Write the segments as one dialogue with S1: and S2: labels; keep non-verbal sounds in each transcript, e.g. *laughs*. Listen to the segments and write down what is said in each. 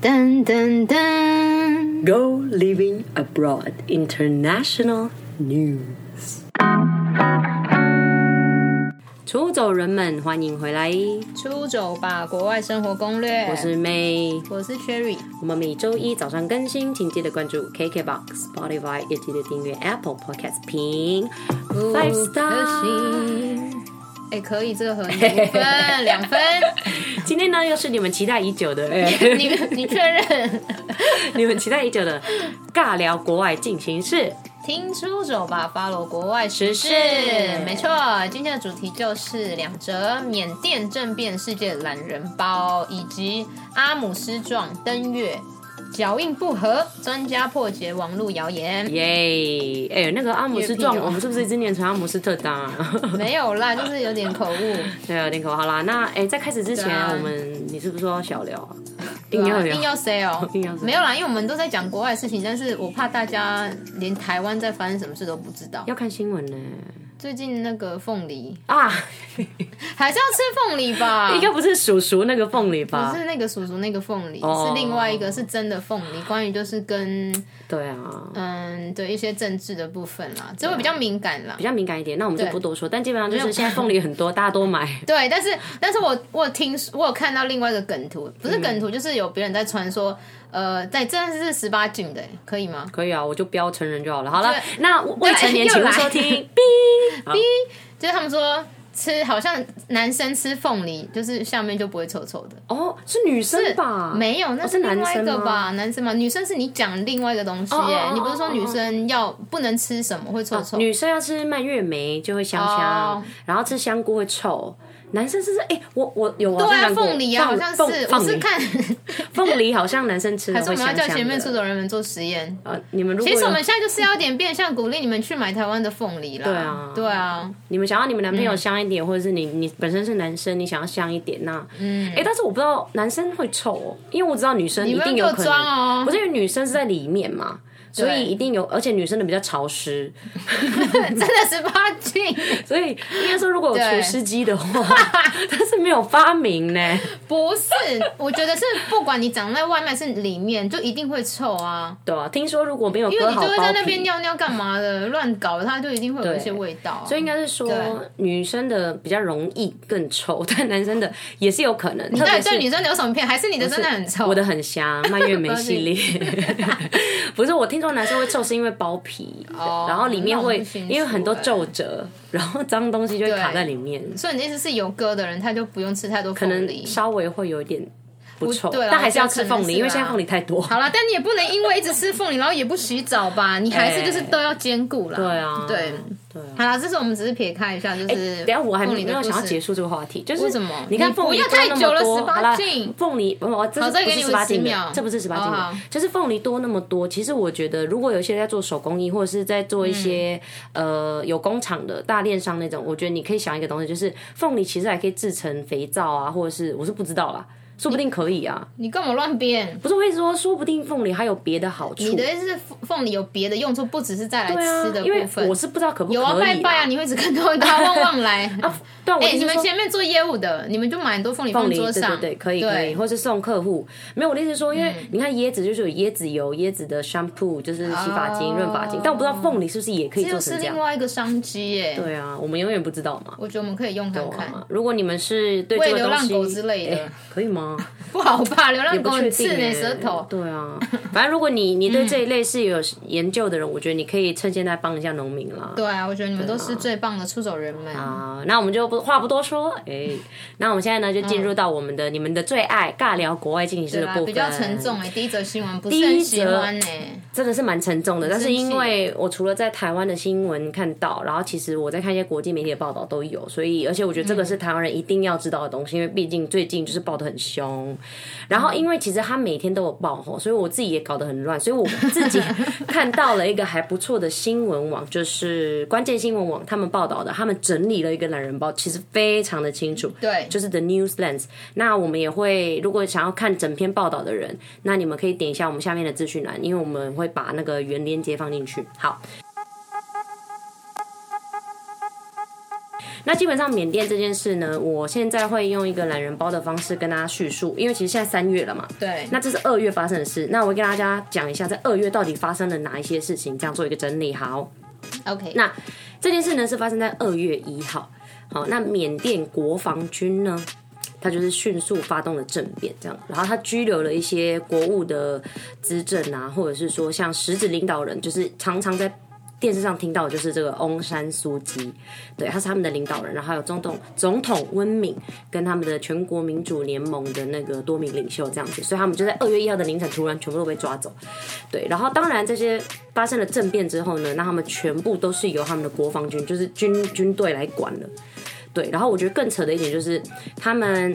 S1: 噔噔噔！
S2: Go Living Abroad International News。出走人们，欢迎回来，
S1: 出走吧，国外生活攻略。
S2: 我是 May。
S1: 我是 Cherry，
S2: 我们每周一早上更新，请记得关注 KKBOX、Spotify，也记得订阅 Apple Podcast 评 Five
S1: 五
S2: Star。
S1: 颗星。哎、可以，这个 *laughs* 合理，五分两分，
S2: 今天呢，又是你们期待已久的，
S1: 你你确认？
S2: *laughs* 你们期待已久的尬聊国外进行式。
S1: 听出走吧，follow 国外时事
S2: 时事，
S1: 没错。今天的主题就是两则缅甸政变世界懒人包，以及阿姆斯壮登月脚印不合，专家破解网络谣言。
S2: 耶！哎，那个阿姆斯壮，
S1: 乐屁哦
S2: 我们是不是一直念成阿姆斯特丹啊？
S1: 没有啦，就是有点口误。
S2: 对啊，有点口好啦。那哎，在开始之前
S1: 对，啊
S2: 我们你是不是说要小聊
S1: *laughs*
S2: 啊？
S1: 对
S2: 硬要
S1: 啊
S2: 聊，
S1: 硬，要 say 哦
S2: *laughs* 硬要 say
S1: 没有啦，因为我们都在讲国外的事情，但是我怕大家连台湾在发生什么事都不知道。
S2: 要看新闻
S1: *laughs*
S2: 呢
S1: 最近那个凤梨
S2: 啊！
S1: 还是要吃凤梨
S2: *laughs*
S1: 吧？
S2: 应该不是叔叔那个凤梨吧
S1: 啊不？是那个叔叔那个凤梨，
S2: 哦
S1: 是另外一个是真的凤梨。关于就是跟
S2: 对啊，
S1: 嗯对一些政治的部分啦，这会比较敏感啦
S2: 比。较敏感一点，那我们就不多说。但基本上就是现在凤梨很多，大家都买。
S1: 对，但是但是我我有听说我有看到另外一个梗图，不
S2: 嗯
S1: 是梗图，就是有别人在传说，呃，在真的是十八禁的，可以吗？
S2: 可以啊，我就标成人就好了。好了
S1: 对，
S2: 那未成年
S1: 又
S2: 请勿
S1: 来
S2: 收听。 *laughs* 哔哔，
S1: 就是他们说吃好像男生吃凤梨，就是下面就不会臭臭的。
S2: 哦，是女生吧？哦
S1: 没有，那
S2: 是男
S1: 另外一个
S2: 生吗
S1: 吧，男生嘛，女生是你讲另外一个东西
S2: 哦哦
S1: 耶
S2: 哦，
S1: 你不是
S2: 哦
S1: 说
S2: 哦
S1: 女生要不能吃什么会臭臭？
S2: 女生要吃蔓越莓就会香香
S1: 哦，
S2: 然后吃香菇会臭。男生是不是？哎，我我有
S1: 对啊，
S2: 看过
S1: 凤梨啊，好
S2: 凤
S1: 像
S2: 凤
S1: 是，我
S2: 凤
S1: 是
S2: 梨， *laughs*
S1: 看， *laughs*
S2: 凤梨好像男生吃的
S1: 还是我
S2: 会
S1: 们要
S2: 香
S1: 叫
S2: 香
S1: 前面出
S2: 的。
S1: 走人们做实验？
S2: 呃，你们如果
S1: 其实我
S2: 有
S1: 们现在就是要有点变相鼓励你们去买台湾的凤梨啦。对
S2: 啊
S1: 对啊，
S2: 你们想要你们男朋友香一点，或者是你你本身是男生，你想要香一点那，嗯，哎，但是我不知道男生会臭哦，因为我知道女生一
S1: 你
S2: 定
S1: 们给
S2: 有
S1: 我
S2: 可
S1: 装
S2: 能，
S1: 哦
S2: *laughs* 不，是因为女生是在里面嘛，所以
S1: 对
S2: 一定有，而且女生的比较潮湿， *laughs*
S1: 真的十八禁，
S2: 所以应该说如果有
S1: 对
S2: 除湿机的话，
S1: *laughs*
S2: 它是没有发明呢。
S1: 不是，我觉得是不管你长在外面还是里面，就一定会臭啊。
S2: 对啊，听说如果没有
S1: 因为
S2: 割
S1: 你
S2: 好
S1: 就会在
S2: 包
S1: 那边
S2: 皮，
S1: 尿尿干嘛的，乱搞，它就一定会有一些味道啊、
S2: 所以应该是说女生的比较容易更臭，但男生的也是有可能。特别
S1: 对
S2: 是
S1: 对，女生有什么片？还是你的真的很臭？
S2: 我的很香，蔓越莓系
S1: *laughs*
S2: 列。不是，我听说男生会臭是因为包皮，
S1: 哦
S2: 然后里面
S1: 那我
S2: 会
S1: 不清楚
S2: 因为很多皱褶，然后脏东西就会卡在里面，
S1: 所以你的意思是有歌的人他就不用吃太多
S2: 可
S1: 凤
S2: 能
S1: 梨？
S2: 稍微会有一点不臭，
S1: 对啦
S2: 但还是要
S1: 我觉
S2: 吃
S1: 得可能
S2: 凤梨，
S1: 是
S2: 因为现在
S1: 啦
S2: 凤梨太多。
S1: 好啦，但你也不能因为一直吃凤梨，然后也不洗澡吧？你还是就是都要兼顾啦。
S2: 对啊，
S1: 对
S2: 对啊。哎
S1: 好啦，这是我们只是撇开一下，就是、
S2: 等一下我还没
S1: 凤梨的
S2: 有想要
S1: 故事
S2: 结束这个话题，就是
S1: 为什么
S2: 你看
S1: 你
S2: 凤
S1: 不
S2: 梨
S1: 要
S2: 多
S1: 太
S2: 那么
S1: 久了
S2: 多
S1: 18
S2: 好啦
S1: 禁
S2: 凤梨不不，这
S1: 好
S2: 是
S1: 再
S2: 不
S1: 给
S2: 是
S1: 你
S2: 十八
S1: 50
S2: 禁的
S1: 秒，
S2: 这不是十八禁
S1: 好
S2: 的
S1: 好，
S2: 就是凤梨多那么多。其实我觉得，如果有些在做手工艺或者是在做一些
S1: 嗯
S2: 呃有工厂的大炼商那种，我觉得你可以想一个东西，就是凤梨其实还可以制成肥皂啊，或者是我是不知道啦，说不定可以啊。
S1: 你干嘛乱编？
S2: 不是我一直说，说不定凤梨还有别的好处
S1: 你。的意思是凤凤梨有别的用处，不只是再来
S2: 对啊
S1: 吃的，
S2: 因为
S1: 部分？
S2: 我是不知道可不可以
S1: 有啊，拜拜啊！
S2: 啦。
S1: 你会一直看到他旺旺来
S2: *laughs*
S1: 啊！
S2: 对啊，我
S1: 哎、
S2: 一直
S1: 你们
S2: 说
S1: 前面做业务的，你们就买很多凤梨放
S2: 凤梨，
S1: 桌
S2: 对
S1: 上，嗯
S2: 对对，可以可以，或是送客户。没有，我的意思是说，因为你看椰子就是有椰子油、椰子的 shampoo，就是洗发精、
S1: 哦
S2: 润发精，但我不知道凤梨是不是也可以
S1: 这
S2: 做
S1: 就
S2: 成
S1: 是另
S2: 这样。
S1: 外一个商机耶、
S2: 对啊，我们永远不知道嘛。
S1: 我觉得我们可以用看看，
S2: 啊如果你们是对这
S1: 喂
S2: 个
S1: 流
S2: 东
S1: 浪
S2: 西
S1: 狗之类的
S2: 哎可以吗？
S1: *laughs* 不好吧？流浪
S2: 不
S1: 狗
S2: 确
S1: 很刺
S2: 定
S1: 呢、
S2: 哎
S1: 舌头。嗯
S2: 对啊，反正如果你你对这一类是有研究的人，我觉得你可以趁现在帮一下农民啦。
S1: 对啊，我觉得你们都是最棒的出手人们。
S2: 啊，那我们就不话不多说，哎，那我们现在呢就进入到我们的你们的最爱尬聊国外进行式
S1: 嗯对
S2: 的
S1: 啦
S2: 部分，
S1: 比较沉重哎、第一则新闻不
S2: 第
S1: 是
S2: 一
S1: 很
S2: 则
S1: 喜欢呢、
S2: 真的是蛮沉重的，但是
S1: 生气
S2: 因为我除了在台湾的新闻看到，然后其实我在看一些国际媒体的报道都有，所以而且我觉得这个是台湾人一定要知道的东西，因为毕竟最近就是报的很凶，然后因为其实他每天都有报吼，所以我自己也搞得很乱，所以我自己看到了一个还不错的新闻网， *laughs* 就是关键新闻网他们报道的，他们整理了一个懒人包，其实非常的清楚，
S1: 对
S2: 就是 The News Lens。那我们也会，如果想要看整篇报道的人，那你们可以点一下我们下面的资讯栏，因为我们会把那个原链接放进去。好。那基本上缅甸这件事呢，我现在会用一个懒人包的方式跟大家叙述，因为其实现在三月了嘛，
S1: 对，
S2: 那这是二月发生的事，那我会跟大家讲一下在二月到底发生了哪一些事情，这样做一个整理。好，
S1: OK，
S2: 那这件事呢是发生在二月一号。好，那缅甸国防军呢，他就是迅速发动了政变，这样，然后他拘留了一些国务的资政啊，或者是说像实质领导人，就是常常在。电视上听到的就是这个翁山苏姬，对，他是他们的领导人，然后还有总统总统温敏跟他们的全国民主联盟的那个多名领袖这样子，所以他们就在二月一号的凌晨突然全部都被抓走，对，然后当然这些发生了政变之后呢，那他们全部都是由他们的国防军，就是军军队来管了，对，然后我觉得更扯的一点就是他们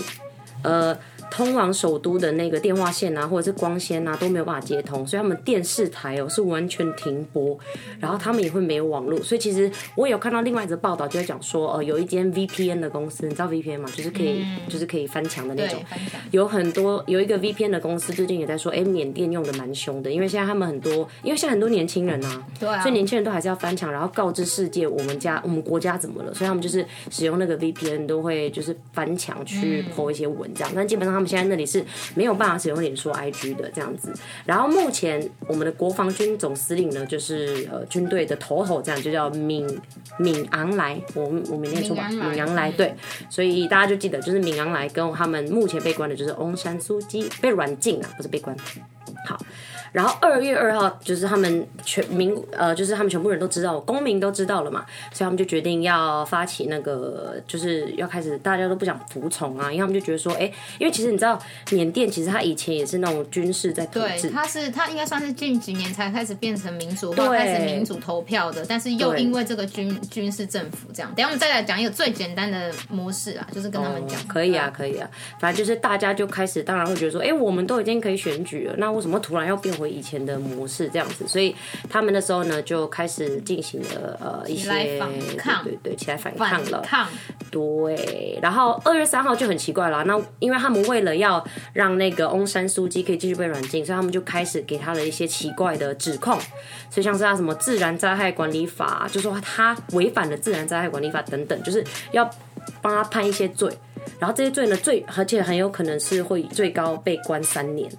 S2: 呃通往首都的那个电话线啊，或者是光纤啊都没有办法接通，所以他们电视台哦是完全停播，然后他们也会没有网络，所以其实我也有看到另外一则报道，就在讲说，呃，有一间 VPN 的公司，你知道 VPN 吗？就是可以、就是可以嗯翻墙的那种
S1: 对，，分享
S2: 有很多有一个 VPN 的公司最近也在说，哎、缅甸用的蛮凶的，因为现在他们很多，因为现在很多年轻人啊，
S1: 对啊
S2: 所以年轻人都还是要翻墙，然后告知世界我们家我们国家怎么了，所以他们就是使用那个 VPN 都会就是翻墙去
S1: 嗯
S2: po 一些文这样，但基本上他们现在那里是没有办法使用脸书 IG 的这样子。然后目前我们的国防军总司令呢，就是呃军队的头头这样，就叫敏敏昂莱，我们我们念出吧，
S1: 敏昂莱
S2: 敏昂莱
S1: 嗯
S2: 对，所以大家就记得就是敏昂莱跟他们目前被关的就是翁山苏姬被软禁啊，不是被关。好，然后二月二号就是他们全民呃，就是他们全部人都知道，公民都知道了嘛，所以他们就决定要发起那个，就是要开始大家都不想服从啊，因为他们就觉得说，哎，因为其实你知道缅甸其实它以前也是那种军事在统
S1: 对，
S2: 治，
S1: 他是他应该算是近几年才开始变成民主化，
S2: 对
S1: 开始民主投票的，但是又
S2: 对
S1: 因为这个军军事政府这样。等一下我们再来讲一个最简单的模式啊，就是跟他们讲、呃
S2: 可以啊，，可以啊，反正就是大家就开始，当然会觉得说，哎、我们都已经可以选举了，那为什么突然要变回以前的模式这样子？所以他们那时候呢，就开始进行了呃一
S1: 起
S2: 些
S1: 来反抗
S2: 对对对，起来反抗
S1: 反
S2: 了。
S1: 抗，
S2: 对，欸然后二月三号就很奇怪了，那因为他们为了要让那个翁山苏姬可以继续被软禁，所以他们就开始给他了一些奇怪的指控，所以像是他什么自然灾害管理法，啊就说他违反了自然灾害管理法等等，就是要帮他判一些罪。然后这些罪呢，最而且很有可能是会最高被关三年，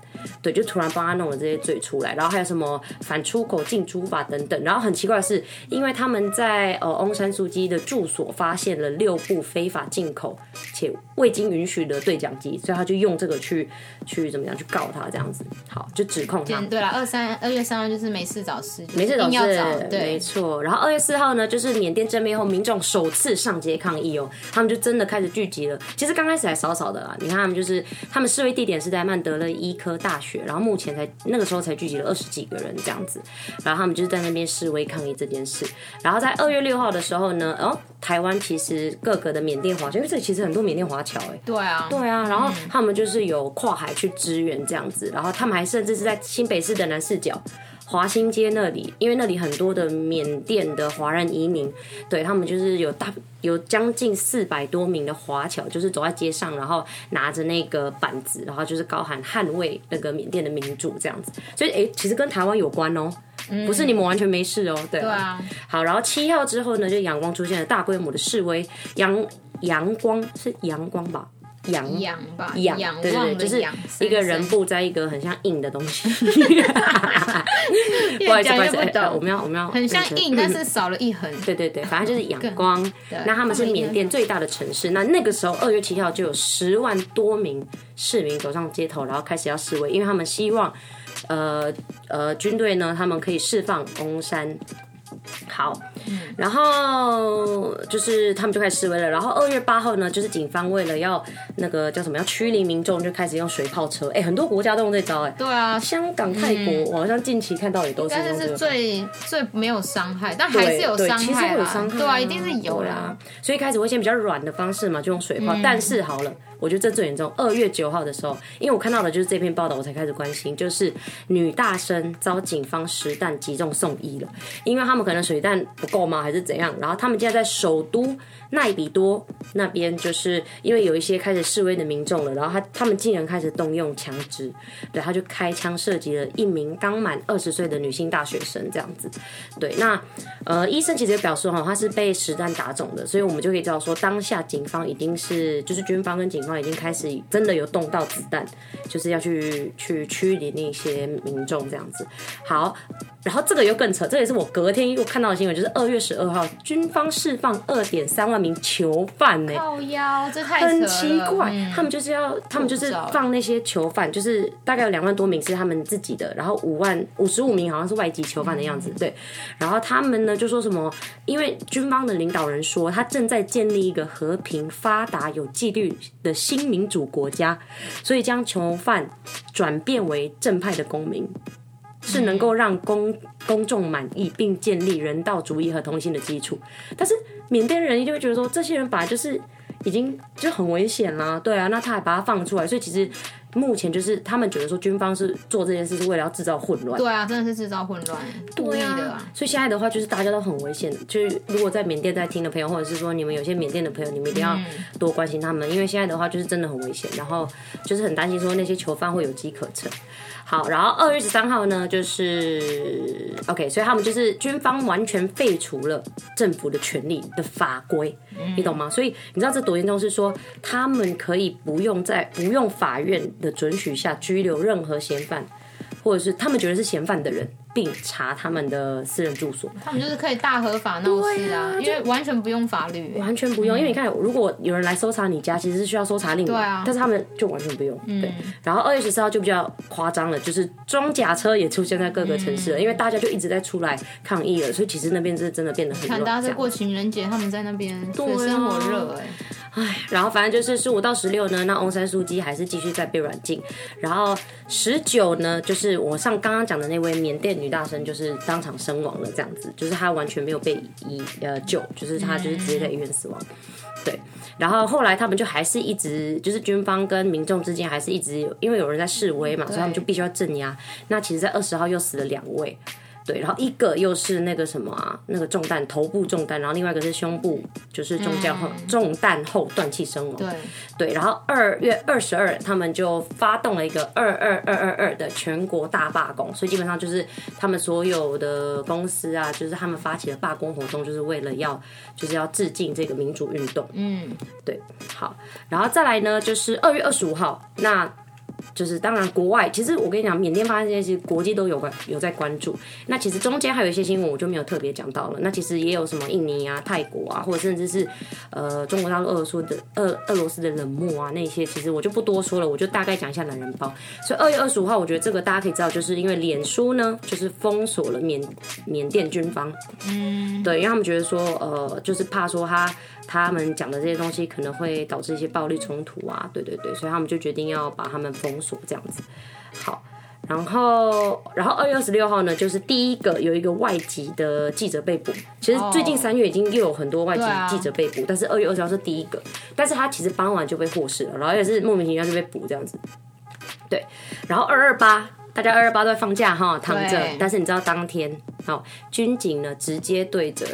S2: 对，就突然帮他弄了这些罪出来，然后还有什么反出口进出法等等。然后很奇怪的是，因为他们在呃翁山苏姬的住所发现了六部非法进口且未经允许的对讲机，所以他就用这个去去怎么样去告他这样子，好，就指控他。
S1: 嗯，对了，二三二月三号就是没事找事，
S2: 没事
S1: 一定
S2: 总
S1: 要
S2: 是
S1: 找，
S2: 没
S1: 对，
S2: 错。然后二月四号呢，就是缅甸政变后，民众首次上街抗议哦，他们就真的开始聚集了。其实刚开始还少少的啦，你看他们就是他们示威地点是在曼德勒医科大学，然后目前才那个时候才聚集了二十几个人这样子，然后他们就是在那边示威抗议这件事。然后在二月六号的时候呢，哦，台湾其实各个的缅甸华侨，因为这里其实很多缅甸华侨哎、
S1: 对啊，
S2: 对啊，然后他们就是有跨海去支援这样子，然后他们还甚至是在新北市的南四角。华新街那里，因为那里很多的缅甸的华人移民，对他们就是有大有将近四百多名的华侨，就是走在街上，然后拿着那个板子，然后就是高喊捍卫那个缅甸的民主这样子。所以，诶，其实跟台湾有关哦，不是你们完全没事哦，对
S1: 嗯对
S2: 啊
S1: 啊，
S2: 好，然后七号之后呢，就阳光出现了大规模的示威，阳阳光是阳光吧？阳
S1: 养吧，
S2: 仰
S1: 仰
S2: 对
S1: 望
S2: 对
S1: 的
S2: 对，就是
S1: 仰
S2: 一个
S1: 三
S2: 人
S1: 声
S2: 布在一个很像硬的东
S1: *laughs*
S2: 西。 *laughs*
S1: 越讲越
S2: 不好意思，不好意思，
S1: 不
S2: 哎哎我
S1: 懂，
S2: 们要我们要
S1: 很像
S2: 认真 *laughs*
S1: 硬，但是少了一横，
S2: 对对对，反正
S1: *laughs*
S2: 就是仰光。那他们是缅甸最大的城市，那那个时候二月七号就有十万多名市民走上街头，然后开始要示威，因为他们希望，呃呃，军队呢他们可以释放翁山。好，
S1: 嗯
S2: 然后就是他们就开始示威了。然后二月八号呢，就是警方为了要那个叫什么，要驱离民众，就开始用水炮车。哎，很多国家都用这招。哎，
S1: 对啊，
S2: 香港、泰国，我好像近期看到也都是
S1: 但
S2: 用
S1: 是
S2: 这
S1: 是
S2: 个。
S1: 最最没有伤害，但还是有
S2: 对
S1: 伤
S2: 其实
S1: 害
S2: 会有
S1: 啦，
S2: 伤害啊，
S1: 对啊，一定是有
S2: 对
S1: 啦
S2: 啊。。所以一开始会先比较软的方式嘛，就用水泡。但是好了，我觉得这最严重。二月九号的时候，因为我看到的就是这篇报道，我才开始关心，就是女大生遭警方实弹击中送医了，因为他们可能水弹不够吗？还是怎样？然后他们现在在首都奈比多那边，就是因为有一些开始示威的民众了，然后他他们竟然开始动用枪支，对，他就开枪射击了一名刚满二十岁的女性大学生，这样子。对，那呃，医生其实也表示哈，他是被实弹打肿的，所以我们就可以知道说，当下警方一定是就是军方跟警方已经开始真的有动到子弹，就是要去去驱离那些民众这样子。好，然后这个又更扯，这也是我隔天又看到的新闻，就是二月十二号，军方释放二点三万名囚犯呢、
S1: 靠腰，这太扯
S2: 很
S1: 了
S2: 奇怪，
S1: 嗯
S2: 他们就是要，他们就是
S1: 知道
S2: 放那些囚犯，就是大概有两万多名是他们自己的，然后五万五十五名好像是外籍囚犯的样子，
S1: 嗯
S2: 对。然后他们呢就说什么，因为军方的领导人说他正在建立一个和平、发达、有纪律的新民主国家，所以将囚犯转变为正派的公民。是能够让公公众满意，并建立人道主义和同情的基础。但是缅甸人就会觉得说，这些人本来就是已经就很危险啦，对啊，那他还把它放出来，所以其实目前就是他们觉得说军方是做这件事是为了要制造混乱。
S1: 对啊，真的是制造混乱，故意的啊。
S2: 所以现在的话，就是大家都很危险。就是如果在缅甸在听的朋友，或者是说你们有些缅甸的朋友，你们一定要多关心他们，因为现在的话就是真的很危险。然后就是很担心说那些囚犯会有机可乘。好，然后二月十三号呢，就是 OK，所以他们就是军方完全废除了政府的权利的法规，你懂吗？所以你知道这多严重？是说他们可以不用在不用法院的准许下拘留任何嫌犯，或者是他们觉得是嫌犯的人，并查他们的私人住所，
S1: 他们就是可以大合法闹事啊，因为完全不用法律。
S2: 完全不用。因为你看，如果有人来搜查你家，其实是需要搜查令的，
S1: 嗯对啊嗯
S2: 但是他们就完全不用。对，然后二月十四号就比较夸张了，就是装甲车也出现在各个城
S1: 嗯
S2: 市了，因为大家就一直在出来抗议了，所以其实那边是真的变得很
S1: 看
S2: 乱。
S1: 大家
S2: 这
S1: 在
S2: 样
S1: 过情人节，他们在那边水
S2: 啊
S1: 深火热哎、
S2: 然后反正就是十五到十六呢，那翁山书记还是继续在被软禁。然后十九呢，就是我上刚刚讲的那位缅甸女大生，就是当场身亡了，这样子，就是她完全没有被医呃救，就是她就是直接在医院死亡。对，然后后来他们就还是一直，就是军方跟民众之间还是一直有，因为有人在示威嘛，所以他们就必须要镇压。那其实，在二十号又死了两位，对，然后一个又是那个什么啊，那个中弹头部中弹，然后另外一个是胸部就是中弹后、中弹后断气身亡。
S1: 对，
S2: 对，然后二月二十二，他们就发动了一个二二二二二的全国大罢工，所以基本上就是他们所有的公司啊，就是他们发起的罢工活动，就是为了要就是要致敬这个民主运动。
S1: 嗯，
S2: 对，好，然后再来呢，就是二月二十五号，那就是当然国外，其实我跟你讲，缅甸发生这些事，国际都有关有在关注。那其实中间还有一些新闻，我就没有特别讲到了。那其实也有什么印尼啊、泰国啊，或者甚至是呃中国大陆、俄罗斯的俄俄罗斯的冷漠啊那些，其实我就不多说了，我就大概讲一下懒人包。所以二月二十五号，我觉得这个大家可以知道，就是因为脸书呢，就是封锁了缅缅甸军方，对，因为他们觉得说，呃，就是怕说他他们讲的这些东西可能会导致一些暴力冲突啊，对对对，所以他们就决定要把他们封锁这样子。好，然后然后二月二十六号呢，就是第一个有一个外籍的记者被捕。其实最近
S1: 哦
S2: 三月已经又有很多外籍
S1: 对啊
S2: 记者被捕，但是二月二十号是第一个，但是他其实傍晚就被获释了，然后也是莫名其妙就被捕这样子。对，然后二二八。大家二二八都在放假哈，躺着
S1: 对。
S2: 但是你知道当天，好、军警呢直接对着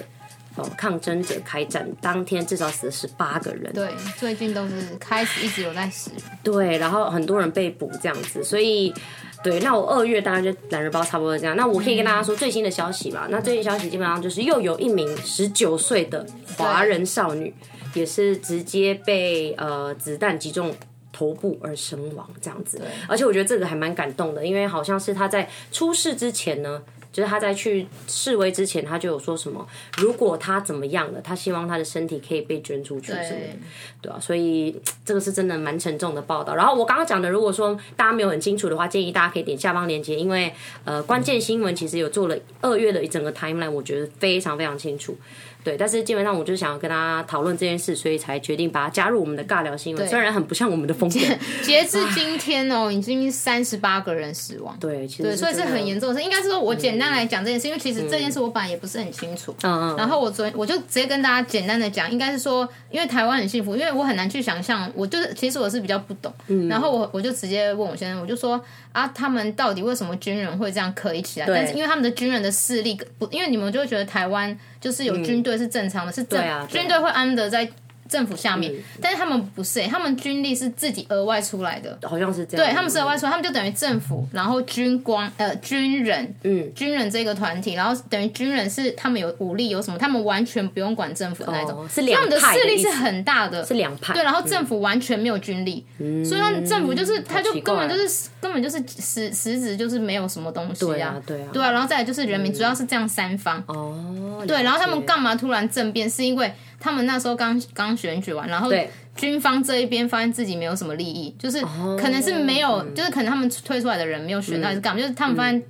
S2: 哦抗争者开战，当天至少死了十八个人。
S1: 对，最近都是开始一直有在死，
S2: 对，然后很多人被捕这样子，所以。对，那我二月当然就懒人包差不多这样。那我可以跟大家说最新的消息吧。那最新消息基本上就是又有一名十九岁的华人少女，也是直接被呃子弹击中头部而身亡这样子。而且我觉得这个还蛮感动的，因为好像是她在出事之前呢，就是她在去示威之前，她就有说什么，如果她怎么样了，她希望她的身体可以被捐出去什么的
S1: 对。
S2: 对啊，所以这个是真的蛮沉重的报道。然后我刚刚讲的，如果说大家没有很清楚的话，建议大家可以点下方链接，因为呃，关键新闻其实有做了二月的一整个 timeline，我觉得非常非常清楚。对，但是基本上我就想要跟他讨论这件事，所以才决定把他加入我们的尬聊新闻，虽然很不像我们的风格。
S1: *laughs* 截至今天哦，已经三十八个人死亡。
S2: 对，其实对，
S1: 所以是很严重的事。应该是说，
S2: 嗯
S1: 我简单来讲这件事，因为其实这件事我本来也不是很清楚。嗯嗯。然后我昨天我就直接跟大家简单的讲，应该是说，因为台湾很幸福，因为我很难去想象，我就是其实我是比较不懂。
S2: 嗯
S1: 然后我我就直接问我先生，我就说啊，他们到底为什么军人会这样可以起来？但是因为他们的军人的势力不，因为你们就会觉得台湾就是有军队是正常的，是正、
S2: 对啊嗯对
S1: 军队会安得在。政府下面，但是他们不是、欸，他们军力是自己额外出来的，
S2: 好像是这样。对
S1: 对哎他们是额外出来，他们就等于政府，然后军官呃军人，嗯，军人这个团体，然后等于军人是他们有武力有什么，他们完全不用管政府的那种，
S2: 哦是两
S1: 他们的
S2: 派的
S1: 势力
S2: 意
S1: 是
S2: 思
S1: 很大的，
S2: 是两嗯派。
S1: 对，然后政府完全没有军力，所以他政府就是他就
S2: 奇
S1: 根本
S2: 怪啊
S1: 就是根本就是实实质就是没有什么东西
S2: 对
S1: 啊
S2: 啊，对啊
S1: 对啊，然后再来就是人民，主要是这样三方，
S2: 哦，
S1: 对，
S2: 对
S1: 然后他们干嘛突然政变？是因为他们那时候刚刚选举完，然后
S2: 对
S1: 军方这一边发现自己没有什么利益，就是
S2: 哦
S1: 可能是没有，
S2: 嗯
S1: 就是可能他们推出来的人没有选到还是干嘛，就是他们发现。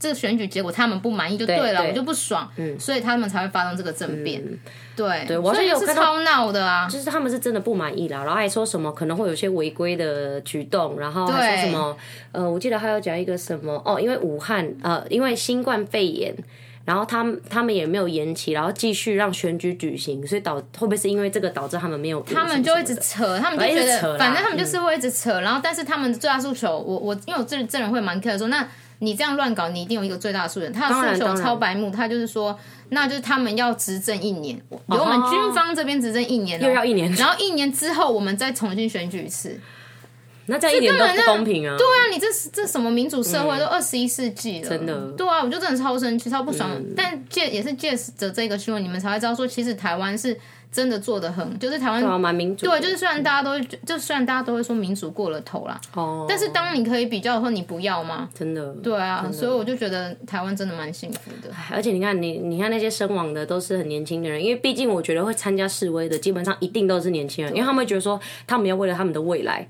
S1: 这个选举结果他们不满意就对了，
S2: 对嗯
S1: 我就不爽，所以他们才会发动这个政变。对，
S2: 对我
S1: 所
S2: 好像
S1: 以
S2: 有
S1: 是
S2: 看到
S1: 超闹的啊，
S2: 就是他们是真的不满意啦，然后还说什么可能会有一些违规的举动，然后还说
S1: 对
S2: 什么呃，我记得还有讲一个什么哦，因为武汉呃，因为新冠肺炎。然后他们他们也没有延期，然后继续让选举举行，所以导会不会是因为这个导致他们没有赢什么
S1: 他
S2: 什么的？
S1: 们就一直扯，他们就
S2: 啊一直
S1: 觉
S2: 扯啦嗯
S1: 得，反正他们就是会一直扯。然后，但是他们最大诉求，我我因为我这这人会蛮 care 说，那你这样乱搞，你一定有一个最大的诉求。他
S2: 当
S1: 的
S2: 然
S1: 诉求
S2: 当然
S1: 超白目，他就是说，那就是他们要执政一年，由我们军方这边执政一年哦，
S2: 哦又要一年
S1: 然后一年之后我们再重新选举一次。
S2: 那这样一点都不公平啊！
S1: 对啊，你这是这什么民主社会都二十一世纪了，
S2: 嗯真的嗯
S1: 对啊，我就真的超生气、超不爽。但借也是借着这个新闻，你们才会知道说，其实台湾是真的做的很，就是台湾
S2: 对啊，蛮民主的。
S1: 对，就是虽然大家都会觉，就虽然大家都会说民主过了头啦，
S2: 哦，
S1: 但是当你可以比较的时候，你不要吗？
S2: 真的对
S1: 对啊，所以我就觉得台湾真的蛮幸福的。
S2: 而且你看，你你看那些身亡的都是很年轻的人，因为毕竟我觉得会参加示威的，基本上一定都是年轻人，因为他们会觉得说他们要为了他们的未来，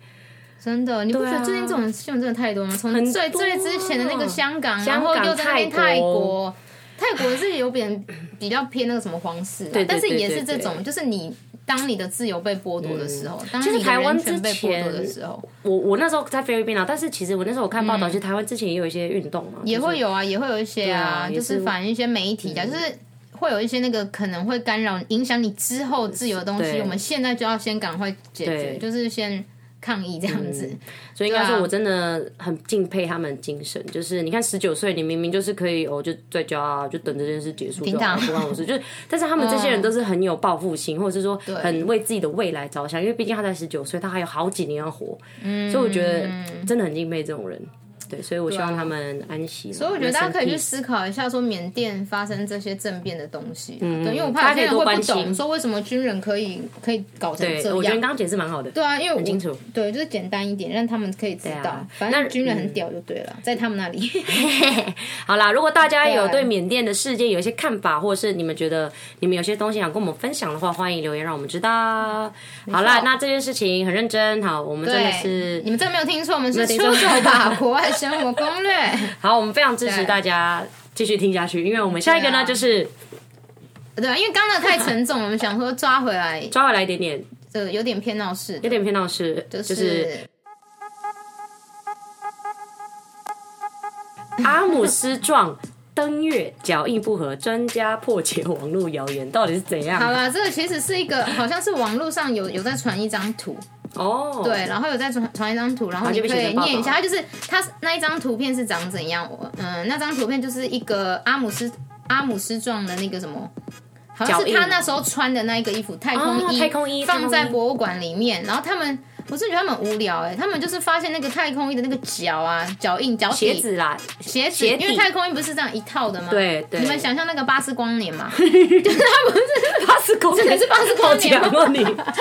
S1: 真的，你不觉得最近这种新闻真的太多吗？从最
S2: 啊多啊
S1: 最之前的那个香港，然后
S2: 香港
S1: 又在那边
S2: 泰
S1: 泰
S2: 国
S1: 国，泰国是有点比较偏那个什么皇室啊，
S2: 对对
S1: 但是
S2: 对
S1: 也
S2: 对
S1: 是这
S2: 对
S1: 种，就是你当你的自由被剥夺的时候，当
S2: 其实
S1: 你的
S2: 台湾
S1: 人权
S2: 之
S1: 被剥夺的
S2: 前
S1: 时候，
S2: 我我那时候在菲律宾啊，但是其实我那时候我看报道，其实台湾之前也有一些运动嘛，也
S1: 嗯也会有啊，也会有一些
S2: 对
S1: 啊，
S2: 啊也嗯
S1: 就是是反正一些媒体啊，就是会有一些那个可能会干扰、影响你之后自由的东西，
S2: 对
S1: 我们现在就要先赶快解
S2: 对嗯
S1: 决，就是先抗议这样子。
S2: 所以应该
S1: 对
S2: 说
S1: 啊
S2: 我真的很敬佩他们的精神，就是你看十九岁，你明明就是可以哦，就在家、啊、就等这件事结束就好了，
S1: 平躺嗯
S2: 不关我事。就是，但是他们这些人都是很有报复心，或者是说很为自己的未来着想，因为毕竟他才十九岁，他还有好几年要活。嗯，所以我觉得真的很敬佩这种人。对，所以我希望他们安息。所
S1: 啊所以我觉得大家可以去思
S2: 考。
S1: 考一下，说缅甸发生这些政变的东西，对，因为我
S2: 嗯大
S1: 怕有些
S2: 家可以
S1: 人
S2: 多
S1: 会
S2: 关
S1: 不
S2: 心
S1: 懂，说为什么军人可以可以搞成
S2: 对
S1: 这
S2: 我觉得
S1: 样。
S2: 你刚刚解释蛮好的。
S1: 对啊，因为我
S2: 清楚
S1: 对，就是简单一点，让他们可以知道。
S2: 啊嗯
S1: 反
S2: 那
S1: 正军人很屌就对了，在他们那里。
S2: 好啦，如果大家有
S1: 对
S2: 对缅甸的世界有一些看法，或者是你们觉得你们有些东西想跟我们分享的话，欢迎留言让我们知道。好啦，那这件事情很认真，好，我们真的
S1: *laughs* 对，
S2: 是
S1: 你们真的没有听错，我们是
S2: 听
S1: 出
S2: 错
S1: 走吧，国外生活攻略。
S2: 好，我们非常支持
S1: 对
S2: 大家继续听下去，因为我们下一个
S1: 对
S2: 呢
S1: 啊
S2: 就是
S1: 对啊，因为刚刚的太沉重，我们想说抓回来，
S2: 抓回来一点点，
S1: 呃，有点偏闹事，
S2: 有点偏闹事，就
S1: 就是
S2: 是。阿姆斯壮登月脚印不合，专家破解网络谣言，到底是怎
S1: 好
S2: 样？
S1: 了，这个其实是一个，好像是网络上有有在传一张图，
S2: 哦，
S1: 对，然后有在传传一张图，然后
S2: 后
S1: 你
S2: 就
S1: 可
S2: 被写
S1: 以
S2: 成报道
S1: 念一下，它就是它那一张图片是长怎样？我嗯、那张图片就是一个阿姆斯阿姆斯壮的那个什么。好像
S2: 脚
S1: 是
S2: 印哦
S1: 他那时候穿的那一个衣服，太空衣，
S2: 太空衣
S1: 放在
S2: 太空衣
S1: 博物馆里面。然后他们，我是觉得他们很无聊哎、他们就是发现那个太空衣的那个脚啊、脚印、脚
S2: 鞋
S1: 底
S2: 子啦， *laughs*
S1: 鞋子，
S2: 鞋底
S1: 因为太空衣不是这样一套的吗？
S2: 对对
S1: 你们想象那个巴斯光年
S2: *laughs*
S1: 嘛？
S2: 巴斯光年，
S1: 真的是巴斯光
S2: *laughs*
S1: 年
S2: 好
S1: *laughs*
S2: 强哦你，
S1: 啊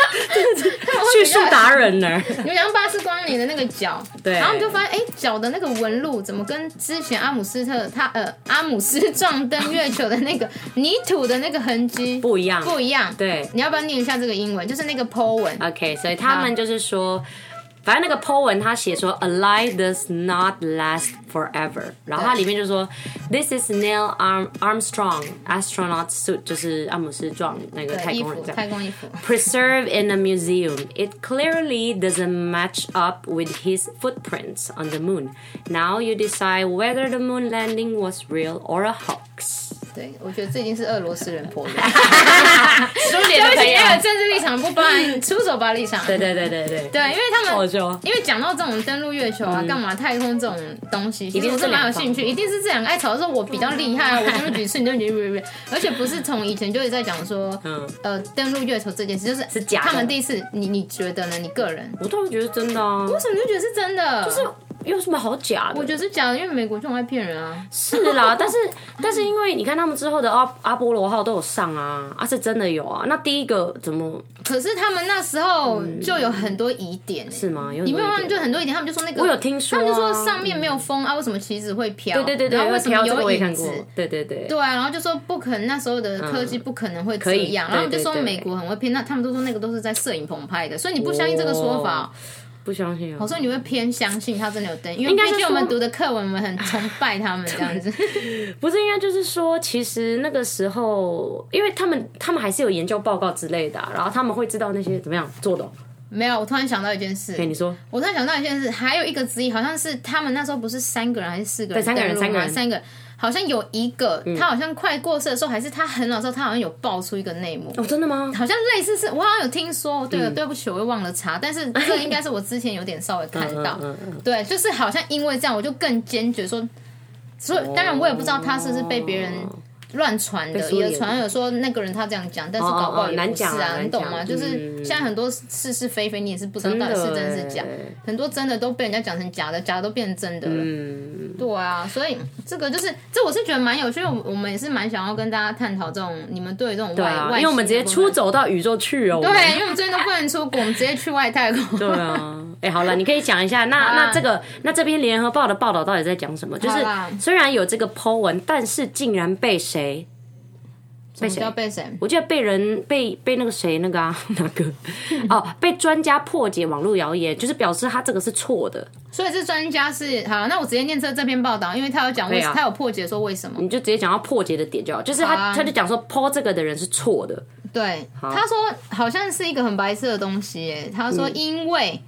S2: 叙述达人呢？
S1: 你们想象巴斯光年的那个脚，
S2: 对啊
S1: 然后你就发现，哎、脚的那个纹路怎么跟之前阿姆斯特他呃阿姆斯壮登月球的那个泥土的那个痕迹
S2: 不一样，
S1: 不一样？
S2: 对
S1: 你要不要念一下这个英文？就是那个 po 文，
S2: OK，所以他们就是说。反正那个 po 文他写说，A lie does not last forever，然后它里面就说，This is Neil Arm Armstrong astronaut suit，就是阿姆斯壮那个太
S1: 衣
S2: 空
S1: 服
S2: 人这样。
S1: 太空衣服，
S2: preserved in a museum. It clearly doesn't match up with his footprints on the moon. Now you decide whether the moon landing was real or a hoax.
S1: 对我觉得这已经是俄罗 *laughs* 斯人
S2: *laughs*
S1: 破的。
S2: 苏
S1: 对不起，那个政治立场不包含出手吧立场。对
S2: 对对对对，
S1: 对，因为他们
S2: 嗯好笑啊嗯
S1: 因为讲到这种登陆月球啊、干嘛太空这种东西，其实
S2: 定
S1: 我
S2: 是
S1: 是蛮有
S2: 两方
S1: 兴趣，一定是这两个爱吵的时候我比较厉害啊，我这么举次，你这么举次，而且不是从以前就一直在讲说，
S2: 嗯
S1: 呃，登陆月球这件事就是
S2: 是假的
S1: 他们第一次，你你觉得呢？你个人
S2: 我突然觉得真的啊，
S1: 为什么你就觉得是真的？就是
S2: 有什么好假的？
S1: 我觉得是假的，因为美国就很爱骗人啊。
S2: 是啦，但是但是因为你看他们之后的阿阿波罗号都有上啊，啊是真的有啊。那第一个怎么
S1: 可是他们那时候就有很多疑点、欸，
S2: 嗯是吗？有
S1: 你
S2: 你
S1: 没有他们就很多疑点，他们就说那个
S2: 我有听说啊
S1: 他们就说上面没有风啊，为什么旗子会飘？
S2: 对对对，
S1: 然后为什么
S2: 这个
S1: 有
S2: 我也
S1: 影
S2: 看过
S1: 子？，
S2: 对对对，
S1: 对啊，然后就说不可能，那时候的科技不可能会这
S2: 嗯以
S1: 样，然后他们就
S2: 对对
S1: 说
S2: 对
S1: 美国很会偏，那他们都说那个都是在摄影棚拍的，所以你不相
S2: 哦
S1: 信这个说法，哦
S2: 不相信啊。
S1: 所以你会偏相信他真的有灯，因为
S2: 应该是
S1: 毕竟我们
S2: 说
S1: 读的课文，我们很崇拜他们这样子。 *laughs*
S2: 不是应该就是说，其实那个时候，因为他们他们还是有研究报告之类的啊、然后他们会知道那些怎么样做的哦。
S1: 没有，我突然想到一件事，
S2: 哎，你说
S1: 我突然想到一件事，还有一个之一，好像是他们那时候不是三个人还是四个人
S2: 对三个人
S1: 登陆吗啊
S2: 三个人嗯
S1: 三个，好像有一个、他好像快过世的时候，还是他很老的时候，他好像有爆出一个内幕。
S2: 哦，真的吗？
S1: 好像类似是，我好像有听说，对
S2: 嗯
S1: 了，对不起，我又忘了查，但是这应该是我之前有点稍
S2: 嗯
S1: 微看
S2: *laughs*
S1: 到，对，就是好像因为这样，我就更坚决说，所
S2: 哦
S1: 以当然我也不知道他是不是被别人乱传的，
S2: 苏联
S1: 也传有说那个人他这样讲，但是搞不好也
S2: 难
S1: 不是
S2: 讲啊
S1: 啊，你懂吗？
S2: 难讲
S1: 就是现在很多是是非非，你也是不知道到底是真是假
S2: 真的欸，
S1: 很多真的都被人家讲成假的，假的都变成真的了，
S2: 嗯，
S1: 对啊，所以这个就是这我是觉得蛮有趣，我我们也是蛮想要跟大家探讨这种你们对于这种外
S2: 对啊，
S1: 外
S2: 因为我们直
S1: 星
S2: 接
S1: 的部
S2: 出
S1: 分
S2: 走到宇宙去哦。我们
S1: 对，因为我们最近都不能出国，我们直接去外太空。
S2: 对
S1: *laughs*
S2: 啊，哎、好了，你可以讲一下，那那这个那这篇联合报的报道到底在讲什么？就是
S1: 好啦
S2: 虽然有这个 Po 文，但是竟然被谁？被谁
S1: 要？被谁？
S2: 我记得被人被被那个谁那个啊 *laughs* 哪个哦，被专家破解网络谣言，就是表示他这个是错的，
S1: 所以这专家是好，那我直接念这这篇报道，因为他有讲为、
S2: 对啊嗯
S1: 他有破解说为什么。
S2: 你就直接讲到破解的点就好，就是他、
S1: 啊
S2: 他就讲说 Po 这个的人是错的，
S1: 对，他说好像是一个很白色的东西耶。他
S2: 嗯
S1: 说因为、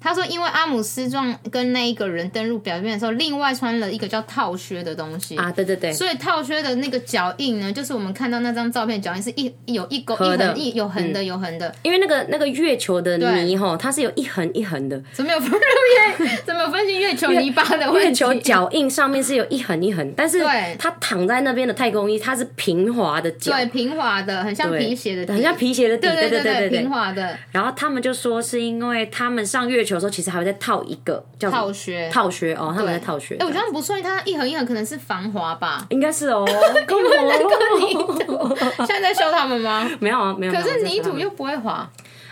S1: 他说因为阿姆斯壮跟那一个人登陆表面的时候，另外穿了一个叫套靴的东西
S2: 啊，对对对，
S1: 所以套靴的那个脚印呢，就是我们看到那张照片脚印是一有一勾一
S2: 的嗯
S1: 横一有横的有横的，
S2: 因为那个那个月球的泥吼，它是有一横一横的，
S1: 怎么有分月 *laughs* 怎么有分析月球泥巴的问题？
S2: 月球脚印上面是有一横一横，但是
S1: 对
S2: 它躺在那边的太空衣，它是平滑的脚，
S1: 对，平滑的，很像
S2: 对
S1: 皮鞋的底，
S2: 很像皮鞋的底，
S1: 对
S2: 对
S1: 对
S2: 对
S1: 平滑的
S2: 然后他们就说是因为他们上月球的时候，其实还会再套一个叫什么
S1: 套靴。
S2: 套靴哦，他们在套靴。
S1: 哎、，我觉得他们不算，它一横一横可能是防滑吧
S2: 应该
S1: *laughs*
S2: 是哦，跟我
S1: 现在在笑他们吗？
S2: *laughs* 没有啊，没有。
S1: 可
S2: 没有
S1: 是泥土
S2: 没有
S1: 又不会滑。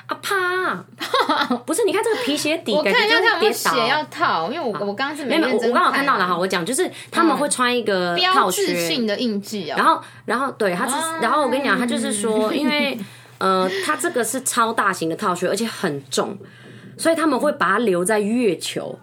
S2: 啊
S1: *laughs*
S2: 怕怕，不是你看这个皮鞋底，
S1: 我
S2: 感觉
S1: 看一下
S2: 就是
S1: 他有没有
S2: 跌倒啊
S1: 写要套，因为我我刚刚是没
S2: 没有，没有
S1: 认
S2: 我
S1: 真
S2: 我刚好看
S1: 看
S2: 到了哈，我讲就是他们会穿一个套
S1: 嗯标志
S2: 靴，
S1: 性的印记啊、
S2: 然后，然后对他是，然后我跟你讲，他就是说，因为呃，他这个是超大型的套靴，而且很重，所以他们会把它留在月球。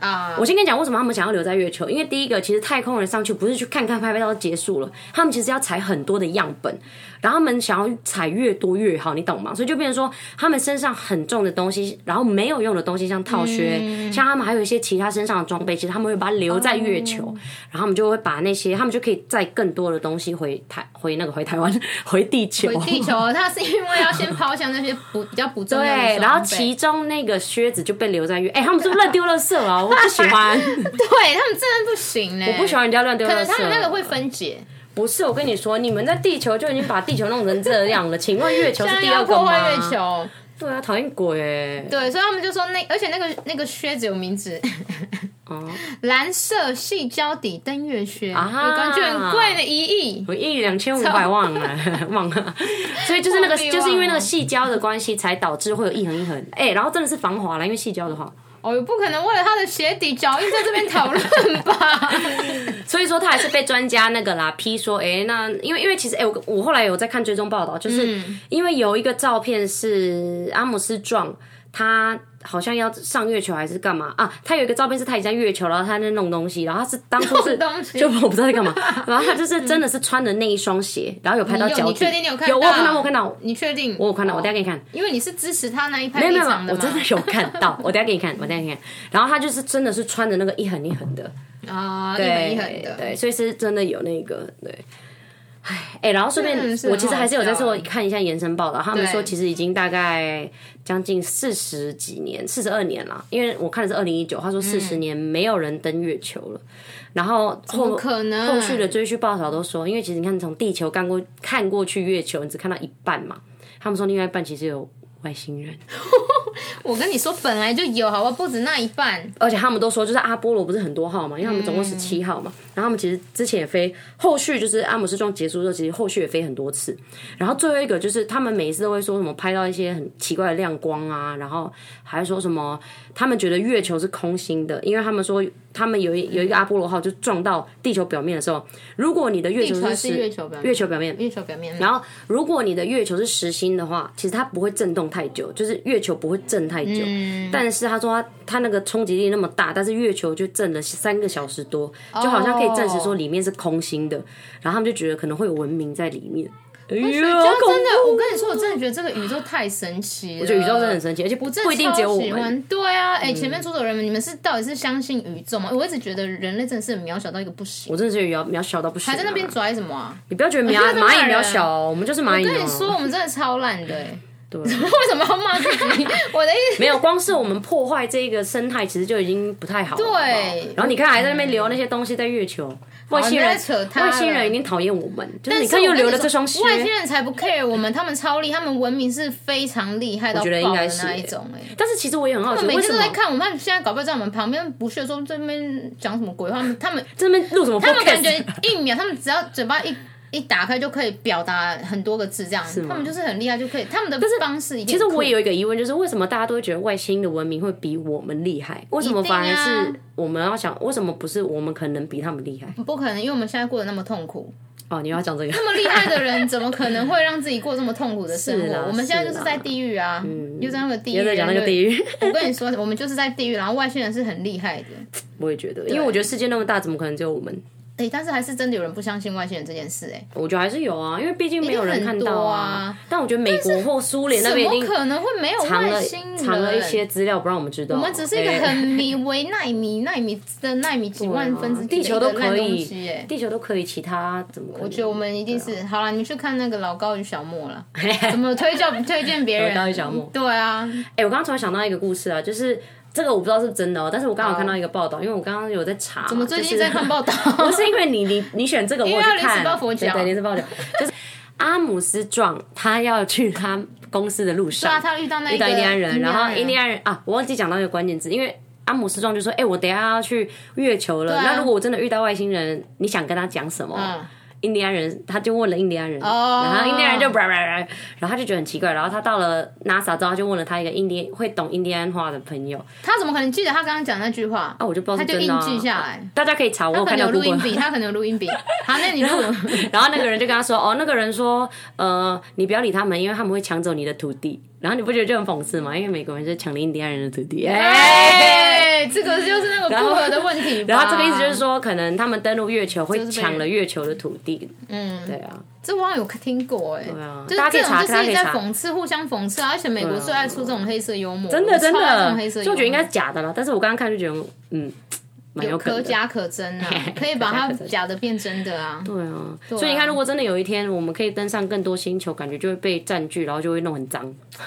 S1: 啊，
S2: 我先跟你讲，为什么他们想要留在月球？因为第一个，其实太空人上去不是去看看拍拍照就结束了，他们其实要采很多的样本，然后他们想要采越多越好，你懂吗？所以就变成说，他们身上很重的东西，然后没有用的东西，像套靴，像他们还有一些其他身上的装备，其实他们会把它留在月球，
S1: 哦
S2: 然后他们就会把那些，他们就可以载更多的东西回台，回那个回台湾，回地球，
S1: 回地
S2: *laughs*
S1: 球，哦它是因为要先抛向那些不比较不重要的
S2: 对，
S1: 装
S2: 然后
S1: 备
S2: 其中那个靴子就被留在月，哎、他们是不是乱丢垃圾啊？我不喜欢，
S1: *laughs* 对他们真的不行呢、
S2: 我不喜欢人家乱丢垃
S1: 可
S2: 圾。
S1: 能他们那个会分解，
S2: 不是，我跟你说，你们在地球就已经把地球弄成这样了，请问月球是第二
S1: 要
S2: 个
S1: 啊破
S2: 吗？
S1: 坏月球。
S2: 对啊，讨厌鬼、 *laughs* 欸！
S1: 对，所以他们就说那，而且那个那个靴子有名字， *laughs* 蓝色细胶底登月靴，
S2: 哦啊哈
S1: 有感觉很贵的一亿。
S2: 我一两千五百万啊，忘了，所以 *laughs* 就是那个，
S1: 忘记
S2: 就是因为那
S1: 忘了
S2: 个细胶的关系，才导致会有一横一横。哎、然后真的是防滑了，因为细胶的话，
S1: 哦，也不可能为了他的鞋底脚印在这边讨论
S2: *laughs*
S1: 吧？
S2: 所以说他还是被专家那个
S1: *laughs*
S2: 啦批说，哎、那因为因为其实哎、我
S1: 嗯
S2: 我后来有在看追踪报道，就是因为有一个照片是阿姆斯壮。他好像要上月球还是干嘛啊？他有一个照片是他已经在月球，然后他在弄东西，然后他是当初是
S1: *laughs* 弄东西
S2: 就我不知道
S1: *laughs*
S2: 在干嘛，然后他就是真的是穿的那一双鞋，然后有拍到
S1: 嗯你有
S2: 脚
S1: 你
S2: 底
S1: 确定你有看
S2: 有我有看到，
S1: 到
S2: 我有看到，
S1: 你确定？哦
S2: 我有看到，我等一下给你看。
S1: 因为你是支持他那一派
S2: 没有
S1: 立
S2: 没有，
S1: 场
S2: 没有
S1: 的
S2: 我真的有看
S1: *laughs*
S2: 到，我等一下给你看，我等一下给你看。然后他就是真的是穿着那个一横一横的，
S1: 有
S2: *laughs*
S1: 啊，一横一横的，
S2: 对，所以是真的有那个对。唉，哎、然后顺便
S1: 真嗯的是，很
S2: 我其实还是有在做
S1: 好笑哦
S2: 看一下延伸报道，他们说
S1: 对
S2: 其实已经大概将近四十几年，四十二年了，因为我看的是二零一九，
S1: 嗯
S2: 他说四十年没有人登月球了，然后
S1: 不
S2: 后
S1: 可能。
S2: 后续的追续报道都说，因为其实你看从地球看过看过去月球，你只看到一半嘛，他们说另外一半其实有外星人。
S1: 我跟你说，本来就有，好吧，不止那一半。
S2: 而且他们都说，就是阿波罗不是很多号嘛，因为他们总共十七号嘛。然后他们其实之前也飞，后续就是阿姆斯壮结束之后，其实后续也飞很多次。然后最后一个就是他们每一次都会说什么拍到一些很奇怪的亮光啊，然后还说什么他们觉得月球是空心的，因为他们说他们有一有一个阿波罗号就撞到地球表面的时候，如果你的月球
S1: 地球还
S2: 是
S1: 是
S2: 实
S1: 月球表面
S2: 月球表面
S1: 月球表面，
S2: 然后，哦如果你的月球是实心的话，其实它不会震动太久，就是月球不会震太久。
S1: 嗯
S2: 但是他说他他那个冲击力那么大，但是月球就震了三个小时多，就好像可以证实说里面是空心的。然后他们就觉得可能会有文明在里面。哎呦，
S1: 哦所以就真的
S2: 恐，怖
S1: 我跟你说，我真的觉得这个宇宙太神奇了。我
S2: 我觉得宇宙真的很神奇，而且不
S1: 真
S2: 不一定只有我
S1: 超喜
S2: 们。嗯
S1: 欢对啊，哎、前面出走人们，你们是到底是相信宇宙吗？我一直觉得人类真的是很渺小到一个不行，
S2: 我真的是渺渺小到不行、啊，
S1: 还在那边拽什么啊？
S2: 你不要觉得蚂
S1: 不要
S2: 蚂
S1: 再骂
S2: 蚁
S1: 人
S2: 渺小哦、我们就是蚂蚁、哦。
S1: 跟你说，我们真的超烂的、哎，对， *laughs* 为什么要骂自
S2: *laughs*
S1: 己？我的意思，
S2: 没有，光是我们破坏这个生态，其实就已经不太好了。
S1: 对
S2: 好不好然后你看还在那边留那些东西在月球，外星
S1: 你
S2: 人
S1: 在扯他
S2: 外
S1: 了
S2: 星人已经讨厌我们，就是
S1: 但
S2: 你
S1: 是
S2: 看
S1: 我
S2: 又
S1: 跟
S2: 留
S1: 你
S2: 了
S1: 说
S2: 这双靴。
S1: 外星人才不 care 我们，他们超厉害，他们文明是非常厉害到爆
S2: 觉得
S1: 的
S2: 应该是
S1: 那一种、哎。
S2: 但是其实我也很好奇，
S1: 每
S2: 为
S1: 天
S2: 什
S1: 都在
S2: 么
S1: 看我们，他们现在搞不好在我们旁边不屑地说这边讲什么鬼话，他们他们
S2: 这边录什么
S1: 他们感
S2: *laughs* podcast？
S1: 觉一秒，他们只要嘴巴一一打开就可以表达很多个字，这样
S2: 吗
S1: 他们就是很厉害，就可以他们的方式一定
S2: 其
S1: 很
S2: 实
S1: 酷。
S2: 我也有一个疑问，就是为什么大家都会觉得外星的文明会比我们厉害？为什么反而
S1: 一定
S2: 是我们要想，为什么不是我们可能比他们厉害？
S1: 不可能，因为我们现在过得那么痛苦，
S2: 哦，你要讲这个，
S1: 那
S2: *laughs*
S1: 么厉害的人怎么可能会让自己过这么痛苦的生
S2: 是啦
S1: 活？我们现在就是
S2: 是
S1: 在
S2: 啦嗯
S1: 地狱啊，又在那个地狱。
S2: 又在讲那个地
S1: 狱。
S2: 狱，
S1: 我跟你说，我们就是在地狱，然后外星人是很厉害的。
S2: *laughs* 我也觉得，因为我觉得世界那么大，怎么可能只有我们？
S1: 哎、但是还是真的有人不相信外星人这件事、哎，
S2: 我觉得还是有啊，因为毕竟没有人看到
S1: 一定很多啊
S2: 但我觉得美国或苏联那
S1: 怎
S2: 边已
S1: 么
S2: 经
S1: 可能会没有
S2: 藏
S1: 外
S2: 了
S1: 星人？
S2: 藏了一些资料不让我们知道。
S1: 我们只是一个
S2: 哎 *laughs*
S1: 很迷为纳米、纳米的纳米几万分之
S2: 地球都可
S1: 西
S2: 以
S1: 哎，。
S2: 地球都可以，其他怎么可能？我
S1: 我觉得我们一定是、
S2: 啊
S1: 好了，你去看那个老高与小莫
S2: *laughs*
S1: 了，怎么推荐推荐别人？
S2: 老高与小莫
S1: 对啊，
S2: 哎、我刚刚突然想到一个故事啊，就是这个我不知道是不是真的哦，但是我刚好看到一个报道，因为我刚刚有在查嘛，怎
S1: 我
S2: 么
S1: 最近在看报
S2: *laughs*
S1: 道，
S2: 不是因为你你你选这个，我有
S1: 为要
S2: 去
S1: 临时
S2: 看
S1: 抱佛脚
S2: 对对，临时抱佛脚，就是阿姆斯壮他要去他公司的路上，
S1: 啊，他遇到那
S2: 遇到
S1: 个
S2: 印第安人，然后印第
S1: 安
S2: 安人啊，我忘记讲到一个关键字，因为阿姆斯壮就说：“哎、我等一下要去月球了。
S1: 啊嗯
S2: 那如果我真的遇到外星人，你想跟他讲什么？”印第安人他就问了印第安人，
S1: 哦
S2: 然后印第安人就叭叭叭，然后他就觉得很奇怪，然后他到了 NASA 之后，他就问了他一个印第会懂印第安话的朋友，
S1: 他怎么可能记得他刚刚讲那句话？
S2: 啊，我就不知道
S1: 他
S2: 是
S1: 就
S2: 真的、
S1: 硬
S2: 啊，
S1: 记下来。
S2: 大家可以查，我有
S1: 他可
S2: 看
S1: 能
S2: 到
S1: 有录
S2: Google
S1: 音笔，他可能有录
S2: *laughs*
S1: 音笔。好，那你录。
S2: 然后那个人就跟他说：“哦，那个人说，呃，你不要理他们，因为他们会抢走你的土地。”然后你不觉得就很讽刺吗？因为美国人就抢了印第安人的土
S1: *laughs*
S2: 地，哎、
S1: 哎，这个就是那个不合的问题吧。
S2: 然后这个意思就是说，可能他们登陆月球会
S1: 就是被
S2: 抢了月球的土地。嗯，对啊，
S1: 这我好像有听过哎、
S2: 啊
S1: 就是
S2: 大家可以
S1: 这种
S2: 查
S1: 就是一直在
S2: 大家可以查
S1: 讽刺，互相讽刺啊！而且美国最爱出这种黑色幽默，
S2: 真
S1: 我
S2: 的真
S1: 超爱这种黑
S2: 的，
S1: 色
S2: 所
S1: 幽
S2: 以
S1: 默
S2: 我觉得应该是假的了。但是我刚刚看就觉得，嗯，蛮有可
S1: 可
S2: 能的。
S1: 假可真
S2: *laughs*
S1: 啊，可以把它假的变真的啊。
S2: 对啊，所以你看，如果真的有一天我们可以登上更多星球，感觉就会被占据，然后就会弄很脏，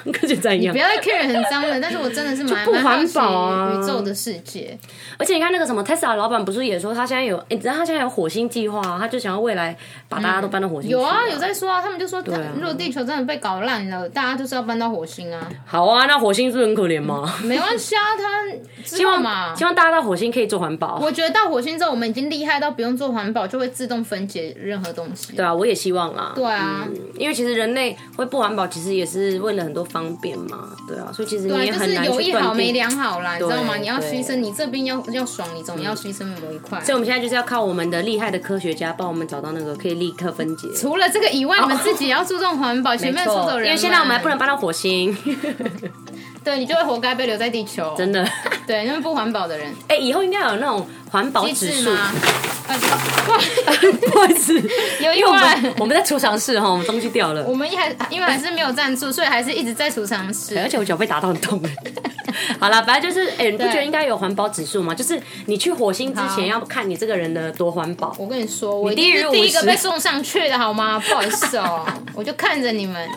S2: 跟就这样
S1: 不。要再 care 很脏的，但是我真的是蛮
S2: 不
S1: 蛮好奇
S2: 环保啊
S1: 宇宙的世界，
S2: 而且你看那个什么 Tesla 老板不是也说他现在有，诶你知道他现在有火星计划啊，他就想要未来把大家都搬到火星去。
S1: 有啊有在说啊，他们就说，如果地球真的被搞烂了，大家就是要搬到火星
S2: *laughs*
S1: 啊，
S2: 好啊，那火星是不是很可怜吗？
S1: 没关系啊，他希
S2: 希望
S1: 嘛。
S2: 希望大家到火星可以做环保。
S1: 我觉得到火星之后，我们已经厉害到不用做环保，就会自动分解任何东西。
S2: 对啊，我嗯也希望啦。
S1: 对啊，
S2: 因为其实人类会不环保，其实也是为了很多方便嘛，对啊，所以其实你
S1: 对，
S2: 也
S1: 就
S2: 很
S1: 是
S2: 难
S1: 有
S2: 去
S1: 一好
S2: 断
S1: 没
S2: 定。
S1: 两好啦，你知道吗？
S2: 对
S1: 你要牺牲，
S2: 对
S1: 你这边要要爽，你总要牺牲某一块。啊
S2: 所以我们现在就是要靠我们的厉害的科学家帮我们找到那个可以立刻分解。
S1: 除了这个以外，你们自己也要注重环保，前
S2: 哦没
S1: 面出
S2: 错
S1: 走人们，啊
S2: 因为现在我们还不能搬到火星。
S1: 对你就会活该被留在地球。
S2: *laughs* 真的。 *laughs*
S1: 对，那么不环保的人，
S2: 哎、以后应该有那种环保
S1: 机
S2: 指
S1: 智
S2: 数。
S1: 吗？啊，哇
S2: *laughs* 不好意思，
S1: 有意
S2: 因为我
S1: 外
S2: 们。 *laughs* 我们在储藏室哈，我们东西掉了
S1: *laughs* 我，们还因为还是没有赞助，所以还是一直在储藏室。
S2: 而且我脚被打到很痛。 *laughs* 好啦，反正就是，哎、你不
S1: 对
S2: 觉得应该有环保指数吗？就是你去火星之前要看你这个人的多环保。
S1: 我跟你说，我一
S2: 低
S1: 定
S2: 于
S1: 是第一个
S2: 50
S1: 被送上去的好吗？不好意思
S2: *laughs*
S1: 哦，我就看着你们，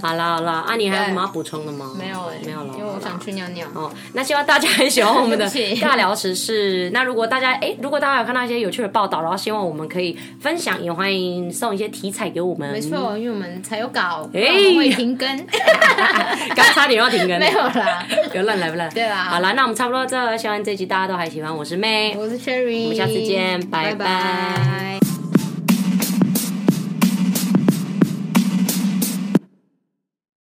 S2: 好啦好啦，啊，你还有
S1: 对
S2: 什么要补充的吗？
S1: 没有哎，
S2: 没有了，
S1: 因为我
S2: 好啦
S1: 想去尿尿。
S2: 哦，那希望大家很喜欢我们的
S1: *laughs* 对不起
S2: 尬聊时事。那如果大家哎、如果大家有看到一些有趣的报道，然后希望我们可以分享，也欢迎送一些题材给我们。
S1: 没，错，因为我们才有稿，不
S2: 哎
S1: 然我们会停
S2: *laughs*
S1: 更。
S2: 刚差点要停更，
S1: *laughs* 没有啦，
S2: 有乱来不乱？
S1: 对啊啦
S2: 好啦，那我们差不多到这，希望这集大家都还喜欢。我是妹，
S1: 我是 Cherry，我
S2: 我们下次见拜拜
S1: 拜